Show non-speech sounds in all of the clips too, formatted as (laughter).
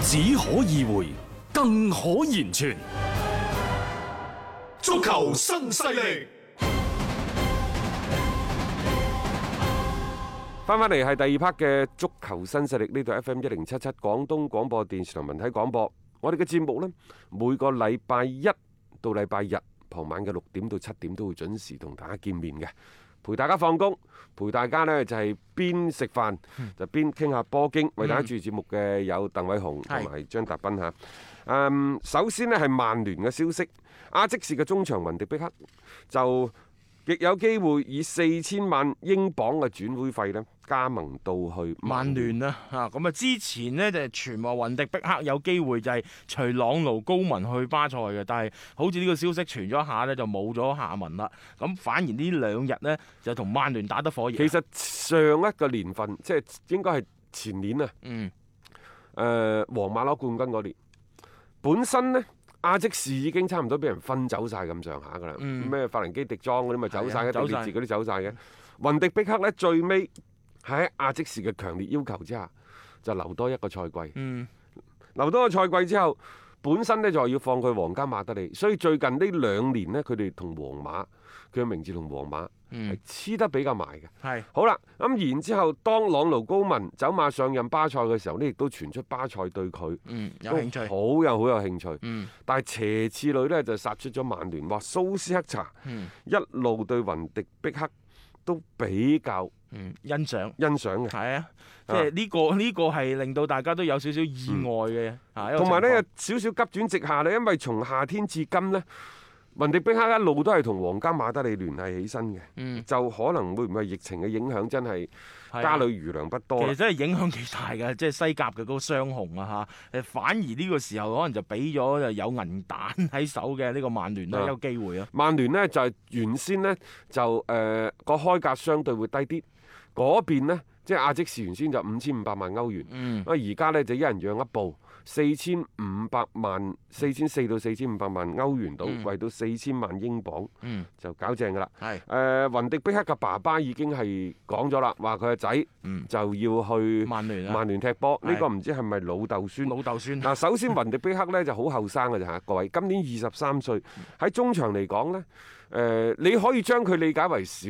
只可意會，更可言傳。足球新勢力。翻返嚟係第二 part 嘅足球新勢力，呢度 FM 一零七七廣東廣播電視台文體廣播。我哋嘅節目呢，每個禮拜一到禮拜日傍晚嘅六點到七點都會準時同大家見面嘅，陪大家放工，陪大家呢就係邊食飯就邊傾下波經。為大家主持節目嘅有鄧偉雄同埋張達斌嚇。嗯，首先呢係曼聯嘅消息，阿積士嘅中場雲迪碧克就。亦有機會以四千萬英鎊嘅轉會費咧，加盟到去曼聯啊，嚇咁啊！之前呢，就係傳話雲迪碧克有機會就係隨朗奴高文去巴塞嘅，但係好似呢個消息傳咗一下呢，就冇咗下文啦。咁反而呢兩日呢，就同曼聯打得火熱。啊其實上一個年份，即係應該係前年啊，誒、嗯皇馬攞冠軍嗰年，本身呢，亞積士已經差唔多俾人分走晒咁上下噶啦，嗯咩、法蘭基迪莊嗰啲咪走晒嘅，係啊迪走晒列治嗰啲走晒嘅，雲迪碧克呢，最尾喺亞積士嘅強烈要求之下，就留多一個賽季。嗯，留多個賽季之後，本身呢就係要放佢皇家馬德里，所以最近呢兩年呢，佢哋同皇馬，佢嘅名字同皇馬嗯係黐得比較埋嘅。係好啦，咁然之後，當朗奴高文走馬上任巴塞嘅時候呢，亦都傳出巴塞對佢嗯有興趣。好有好有興趣。嗯但係斜刺女呢，就殺出咗曼聯，話蘇斯克查嗯一路對雲迪碧克都比較嗯，欣賞。欣賞嘅。係啊，即係呢個呢個係令到大家都有少少意外嘅啊嚇。同埋呢，有嗯呢，少少急轉直下咧，因為從夏天至今呢，雲迪碧克一路都係同皇家馬德里聯繫起身嘅，嗯，就可能會唔會係疫情嘅影響，真係係啊家裏餘糧不其多啦實真係影響幾大嘅，即係西甲嘅嗰個雙紅啊嚇，誒反而呢個時候可能就俾咗就有銀彈喺手嘅呢個曼聯都啊有機會啊。曼聯呢，就係原先呢，就誒個、開價相對會低啲，嗰邊呢即係亞積士原先就五千五百萬歐元，嗯啊而家呢，就一人讓一步。四千五百萬、四千四到四千五百萬歐元到，嗯為到四千萬英鎊嗯，就搞正㗎啦。係誒、呃雲迪碧克嘅爸爸已經係講咗啦，話佢個仔嗯就要去曼聯啊，曼聯踢波，呢、係個唔知係咪老豆孫？老豆孫嗱，首先雲迪碧克呢就好後生嘅咋，各位，今年二十三歲，嗯喺中場嚟講呢，誒、呃你可以將佢理解為小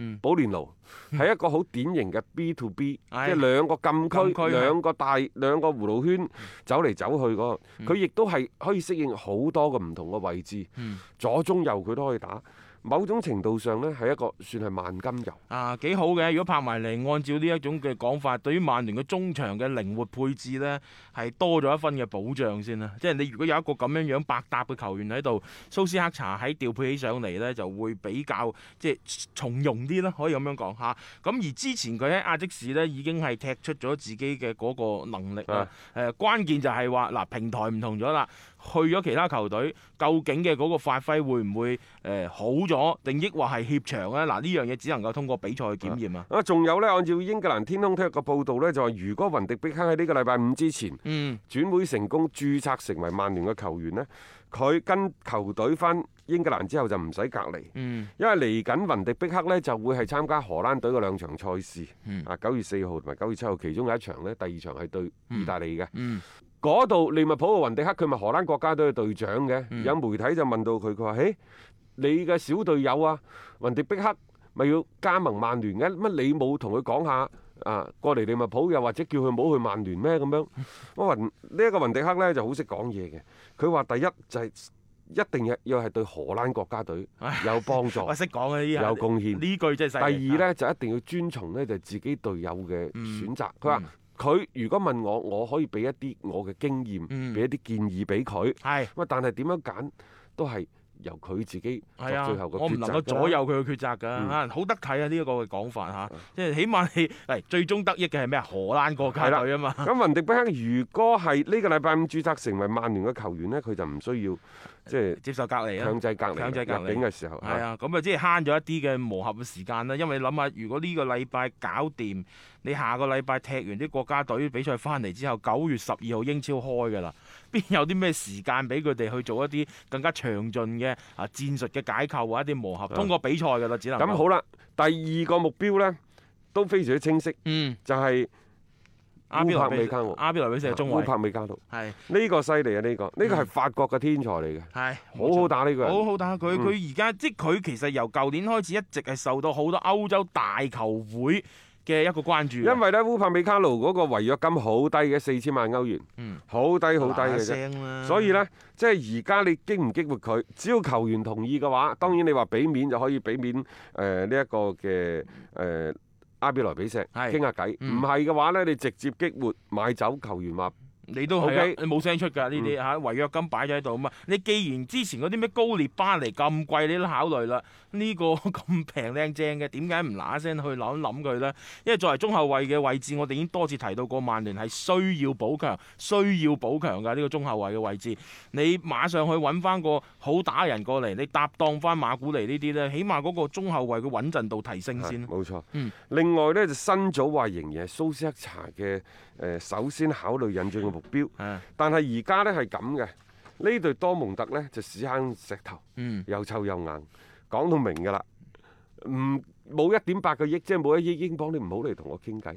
嗯保連奴，係、一個好典型嘅 B to B，即係係兩個禁區、禁區嗯兩個大、兩個葫蘆圈走嚟走去嗰、個，佢亦都係可以適應好多個唔同嘅位置，嗯左中右佢都可以打。某種程度上呢，係一個算係萬金油。啊幾好嘅，如果拍埋嚟，按照呢一種嘅講法，對於曼聯嘅中場嘅靈活配置呢，係多咗一分嘅保障先啦。即係你如果有一個咁樣樣百搭嘅球員喺度，蘇斯克查喺調配起上嚟呢，就會比較即係從容啲啦，可以咁樣講嚇。咁而之前佢喺亞積士呢，已經係踢出咗自己嘅嗰個能力啦。誒、關鍵就係話嗱，平台唔同咗啦，去咗其他球隊，究竟嘅嗰個發揮會唔會誒、呃好咗，定抑或係怯場咧？嗱，呢樣嘢只能夠通過比賽去檢驗啊。啊，仲有呢，按照英格蘭天空體育嘅報導呢，就話如果雲迪碧克喺呢個禮拜五之前嗯，轉會成功，註冊成為曼聯嘅球員呢，佢跟球隊翻英格蘭之後就唔使隔離，嗯，因為嚟緊雲迪碧克呢就會係參加荷蘭隊嘅兩場賽事嗯，啊九月四號同埋九月七號，其中有一場呢，第二場係對意大利嘅。嗯，嗰度利物浦嘅雲迪克佢咪荷蘭國家隊嘅隊長嘅，嗯有媒體就問到佢，佢話：，誒，你嘅小隊友啊，雲迪碧克咪要加盟曼聯嘅，乜你冇同佢講下啊過嚟利物浦，又或者叫佢冇去曼聯 (laughs) 咩咁樣？我雲呢一個雲迪克呢就好識講嘢嘅，佢話第一就係、一定要係對荷蘭國家隊有幫助 (laughs) 我。識講啊呢下有貢獻呢句真第係二犀利。呢，就一定要遵從呢，就自己隊友嘅嗯選擇。佢話佢如果問我，我可以俾一啲我嘅經驗，嗯俾一啲建議俾佢。係咁啊但係點樣揀都係由佢自己作係啊哦最後，嘅我唔抉能擇夠㗎左右佢嘅抉擇㗎，嗯啊好得體啊呢一個嘅講法嚇，即係起碼你嚟最終得益嘅係咩啊？荷蘭國家係啦隊啊嘛，咁雲迪比克如果係呢個禮拜五註冊成為曼聯嘅球員呢，佢就唔需要即係接受隔離啊強。制隔離強制隔離入境嘅時候。係啊，咁啊即係慳咗一啲嘅磨合嘅時間啦。因為你諗下，如果呢個禮拜搞掂，你下個禮拜踢完啲國家隊比賽翻嚟之後，九月十二號英超開㗎啦， (laughs) 邊有啲咩時間俾佢哋去做一啲更加詳盡嘅啊戰術嘅解構或者一啲磨合？通過比賽㗎啦，只能夠啊咁好，啦，第二個目標呢都非常之清晰，嗯，就係阿比萊烏柏美比卡奧阿比萊比錫係中嗯烏衞，柏美加奴。係呢個犀利啊！呢個呢個係法國嘅天才嚟嘅，係冇好好錯打呢個好人。好打佢，嗯佢而家即係佢其實由舊年開始一直係受到好多歐洲大球會嘅一個關注嘅，因為呢，烏帕美卡奴嗰個違約金好低嘅，四千萬歐元嗯，好低好低嘅嗱嗱啫。聲啦，所以呢，即係而家你激唔激活佢，只要球員同意嘅話，當然你話俾面就可以俾面誒呢一個嘅誒。呃阿比萊比錫係傾下偈，唔嗯係嘅話呢，你直接激活買走球員話你都係啊 OK 嗯你冇聲出㗎呢啲嚇，違約金擺咗喺度啊嘛。你既然之前嗰啲咩高列巴黎咁貴，你都考慮啦，呢、個 (laughs) 咁平靚正嘅，點解唔嗱一聲去諗一諗佢呢？因為作為中後衞嘅位置，我哋已經多次提到過，曼聯係需要補強，需要補強㗎呢、個中後衞嘅位置。你馬上去揾翻個好打人過嚟，你搭檔翻馬古尼呢啲呢，起碼嗰個中後衞嘅穩陣度提升先係啦。啊冇錯。嗯另外呢，就新組話仍然係蘇斯克查嘅誒、呃首先考慮引進嘅目標。啊但係而家呢係咁嘅，呢隊多蒙特呢就屎坑石頭，嗯，又臭又硬，講到明㗎啦。唔冇一點八個億，即係冇一億英鎊，你唔好嚟同我 (laughs) 傾偈，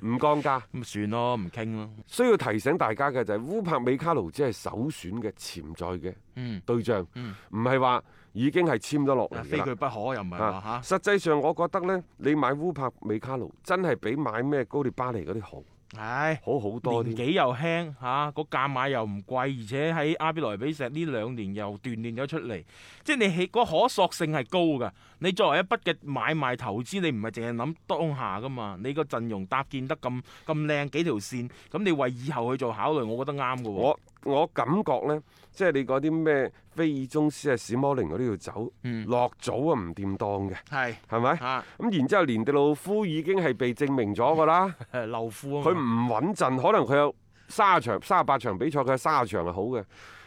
唔降價。咁算咯，唔傾咯。需要提醒大家嘅就係烏柏美卡奴只係首選嘅潛在嘅嗯，對象，嗯唔係話已經係簽咗落嚟啊㗎非啦佢不可又唔係話嚇。啊，實際上我覺得呢，你買烏柏美卡奴真係比買咩高列巴黎嗰啲好，唉，好好多年啲。紀又輕嚇，個、價買又唔貴，而且喺阿比萊比錫呢兩年又鍛鍊咗出嚟，即係你起個可塑性係高㗎。你作為一筆嘅買賣投資，你唔係淨係諗當下㗎嘛，你個陣容搭建得咁咁靚幾條線，咁你為以後去做考慮，我覺得啱㗎喎。我我感覺呢，即係你嗰啲咩非爾宗斯啊、史摩寧嗰啲要走，嗯，落組啊唔掂當嘅，係 (laughs) 係咪？ (laughs) 嚇，咁然之後，連迪路夫已經係被證明咗㗎啦，誒流夫啊嘛，佢唔穩陣，可能佢有卅場、卅八場比賽，佢有卅場係好嘅，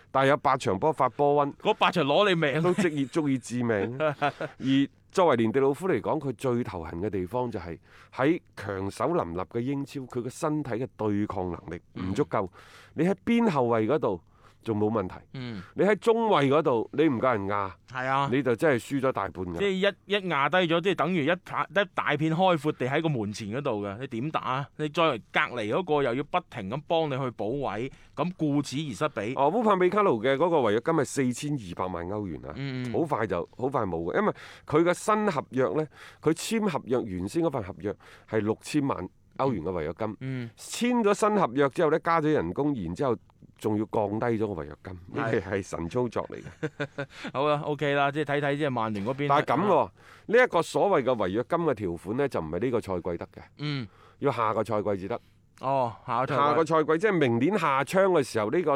但係有八場波發波瘟，嗰八場攞你命。 (laughs) 都足以足以致命。而作為連迪路夫嚟講，佢最頭痕嘅地方就係喺強手林立嘅英超，佢嘅身體嘅對抗能力唔足夠。你喺邊後衞嗰度仲冇問題，嗯，你喺中衞嗰度你唔夠人壓，係啊。你就真係輸咗大半㗎即啦。係一一壓低咗，即係等於一排一大片開闊地喺個門前嗰度嘅，你點打啊？你再嚟隔離嗰個又要不停咁幫你去補位，咁顧此而失彼。哦，烏帕美卡奴嘅嗰個違約金係四千二百萬歐元啊！嗯，好快就好快冇嘅，因為佢嘅新合約呢，佢簽合約原先嗰份合約係六千萬歐元嘅違約金，嗯，簽咗新合約之後呢，加咗人工，然之後仲要降低咗個違約金，呢個係神操作嚟嘅。好啦，OK 啦，即係睇睇即係啊曼聯嗰邊。但係咁，喎，呢一個所謂嘅違約金嘅條款呢，就唔係呢個賽季得嘅，嗯，要下個賽季至得。哦，下個下賽個季賽季即係明年夏窗嘅時候，呢個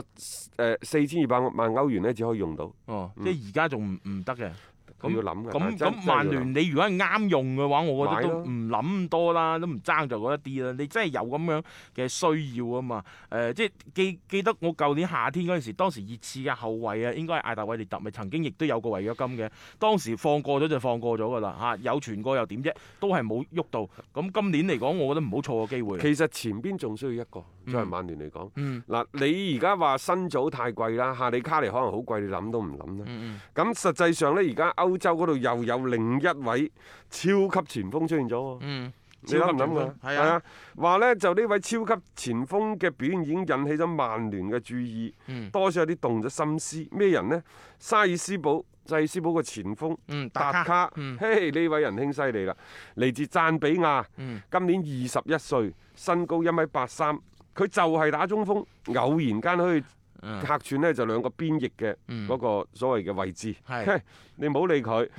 誒四千二百萬歐元呢，只可以用到，哦，嗯即係而家仲唔唔得嘅。佢要諗嘅。咁真咁，曼真係要諗聯你如果係啱用嘅話，我覺買得咯都唔諗咁多啦，都唔爭就嗰一啲啦。你真係有咁樣嘅需要啊嘛？誒、即係記記得我舊年夏天嗰陣時，當時熱刺嘅後衞啊，應該係艾達韋列特，咪曾經亦都有個違約金嘅。當時放過咗就放過咗㗎啦嚇，有傳過又點啫？都係冇喐到。咁今年嚟講，我覺得唔好錯過機會。其實前邊仲需要一個，作為嗯曼聯嚟講。嗯嗱，你而家話新組太貴啦，夏利卡尼可能好貴，你諗都唔諗啦。嗯咁實際上呢，而家歐洲嗰度又有另一位超級前鋒出現咗喎，嗯嗯，你諗唔諗超級㗎前鋒？係啊，話呢就呢位超級前鋒嘅表現已經引起咗曼聯嘅注意，嗯多少有啲動咗心思。咩人呢？沙爾斯堡。濟爾斯堡個前鋒嗯達達卡卡嗯，嘿呢位仁兄犀利啦，嚟自贊比亞，嗯今年二十一歲，身高一米八三，佢就係打中鋒，偶然間可以嗯客串呢就兩個邊翼嘅嗯嗰個所謂嘅位置。係嘿你唔好理佢，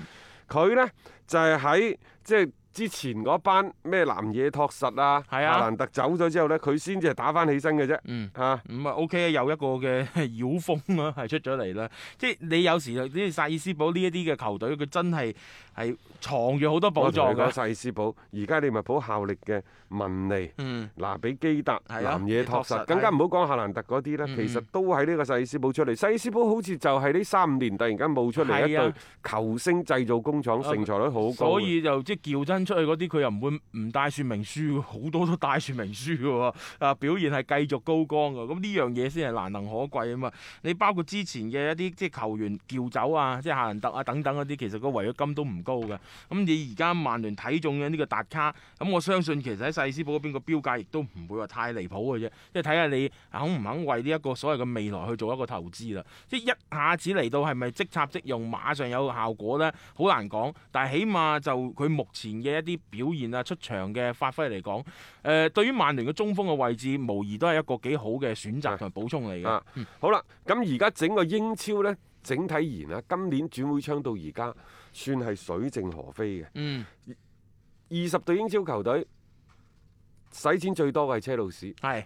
佢呢就係喺即係之前嗰班咩南野拓實啊、係啊夏蘭特走咗之後呢，佢先至係打翻起身嘅啫。嗯。嚇咁啊 OK 啊，有一個嘅 (laughs) 妖風啊，係出咗嚟啦。即係你有時呢啲薩爾斯堡呢一啲嘅球隊，佢真係係藏住好多寶我同藏啊你講嘅。細斯堡，而家利物浦效力嘅文尼。嗯，嗱，比基特、係啊南野拓野拓實，實更加唔好講夏蘭特嗰啲呢，嗯其實都喺呢個細斯堡出嚟。細斯堡好似就係呢三五年突然間冒出嚟一係啊隊球星製造工廠，啊成才率好高嘅。所以就即係叫真出去嗰啲，佢又唔會唔帶說明書喎，好多都帶說明書嘅喎。 (laughs) 啊，表現係繼續高光嘅，咁呢樣嘢先係難能可貴啊嘛。你包括之前嘅一啲即係球員叫走啊，即係夏蘭特啊等等嗰啲，其實個違約金都唔高嘅。咁你而家曼聯睇中嘅呢個達卡，咁我相信其實喺細斯堡嗰邊個標價亦都唔會話太離譜嘅啫，即係睇下你肯唔肯為呢一個所謂嘅未來去做一個投資啦。即係一下子嚟到係咪即插即用，馬上有效果呢？好難講。但係起碼就佢目前嘅一啲表現啊、出場嘅發揮嚟講，誒、對於曼聯嘅中鋒嘅位置，無疑都係一個幾好嘅選擇同埋補充嚟嘅。啊，好啦，咁而家整個英超呢，整體而言啊，今年轉會窗到而家算係水靜河飛嘅。嗯，二十隊英超球隊使錢最多嘅係車路士，係，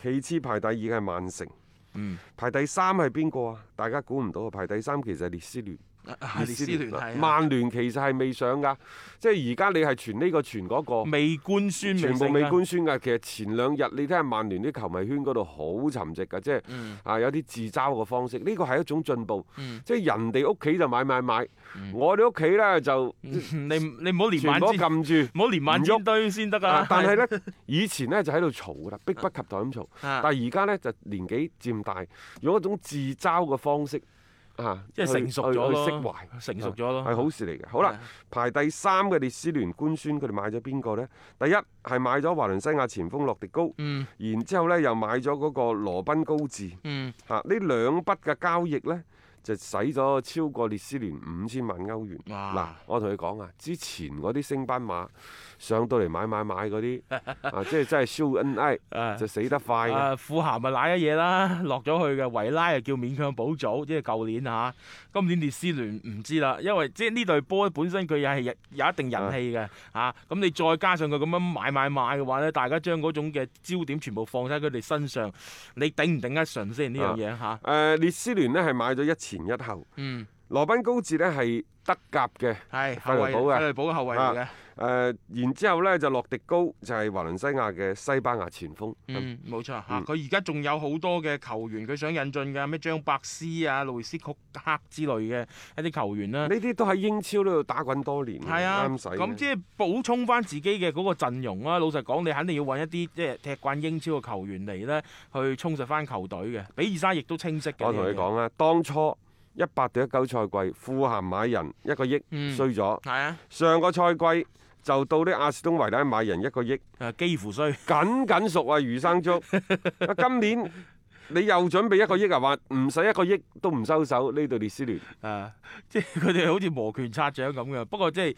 其次排第二嘅係曼城，嗯，排第三係邊個啊？大家估唔到啊！排第三其實係列斯聯，係列斯聯啊係啊曼聯其實係未上㗎，即係而家你係傳呢個傳嗰、個。未官宣，全部成未啊官宣㗎，其實前兩日你睇下曼聯啲球迷圈嗰度好沉寂㗎，即係、嗯啊有啲自嘲嘅方式，呢個係一種進步，嗯即係人哋屋企就買買買，我哋屋企呢就嗯 (laughs) 你你唔好連全晚部尖，撳住。唔好連晚尖堆先得啊㗎。但係呢，以前呢就喺度嘈㗎啦，迫不及待咁嘈。啊但係而家呢，就年紀漸大，用一種自嘲嘅方式啊，即係成熟去咗去咯釋懷，成熟咗咯啊係好事嚟嘅。好啦，排第三嘅列斯聯官宣佢哋買咗邊個呢？第一係買咗華倫西亞前鋒洛迪高，嗯然之後呢又買咗嗰個羅賓高治。嗯嚇、啊呢兩筆嘅交易呢，就使咗超過列斯聯五千萬歐元。哇嗱，我同你講啊，之前嗰啲升班馬上到嚟買買買嗰 (laughs) 啲啊，即係真係 show n i 啊就死得快嘅。啊，富咸咪賴一嘢啦， (laughs) 落咗去嘅維拉又叫勉強保組，即係舊年嚇、今年列斯聯唔知啦，因為即係呢隊波本身佢又係有有一定人氣嘅嚇，啊咁、你再加上佢咁樣買買買嘅話咧，大家將嗰種嘅焦點全部放喺佢哋身上，你頂唔頂得順先呢樣嘢啊嚇？誒、列斯聯呢係買咗一前一後，嗯，羅賓高治呢係德甲嘅。係後費雷衞，堡嘅費雷堡嘅後衞嚟嘅啊，誒、然之後呢，就洛迪高就係華倫西亞嘅西班牙前鋒。嗯，冇錯嚇，佢而家仲有好多嘅球員佢想引進嘅，咩張伯斯啊、路易斯曲克之類嘅一啲球員啦、嗯呢啲都喺英超呢度打滾多年，係啊，啱使嘅。咁即係補充翻自己嘅嗰個陣容啊啦。老實講，你肯定要揾一啲即係踢慣英超嘅球員嚟咧，去充實翻球隊嘅。比爾沙亦都清晰嘅。我同你，講啊，當初一八到一九賽季，富咸買人一個億嗯衰咗，係啊，上個賽季就到呢阿士東維拉買人一個億，誒幾乎衰，緊緊熟啊魚 (laughs) 生粥。啊今年你又準備一個億啊？話唔使一個億都唔收手呢隊列斯聯。誒即係佢哋好似磨拳擦掌咁嘅。不過即係。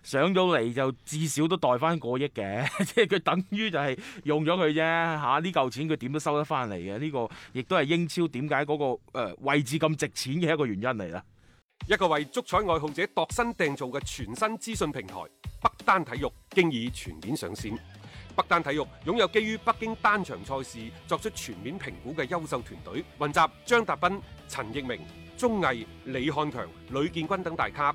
上到嚟就至少都袋翻過億嘅， (laughs) 即係佢等於就係用咗佢啫嚇，呢嚿錢佢點都收得翻嚟嘅，呢、個亦都係英超點解嗰個呃位置咁值錢嘅一個原因嚟啦。一個為足彩愛好者度身訂造嘅全新資訊平台北單體育，經已全面上線。北單體育擁有基於北京單場賽事作出全面評估嘅優秀團隊，雲集張達斌、陳奕明、鐘毅、李漢強、呂建軍等大咖，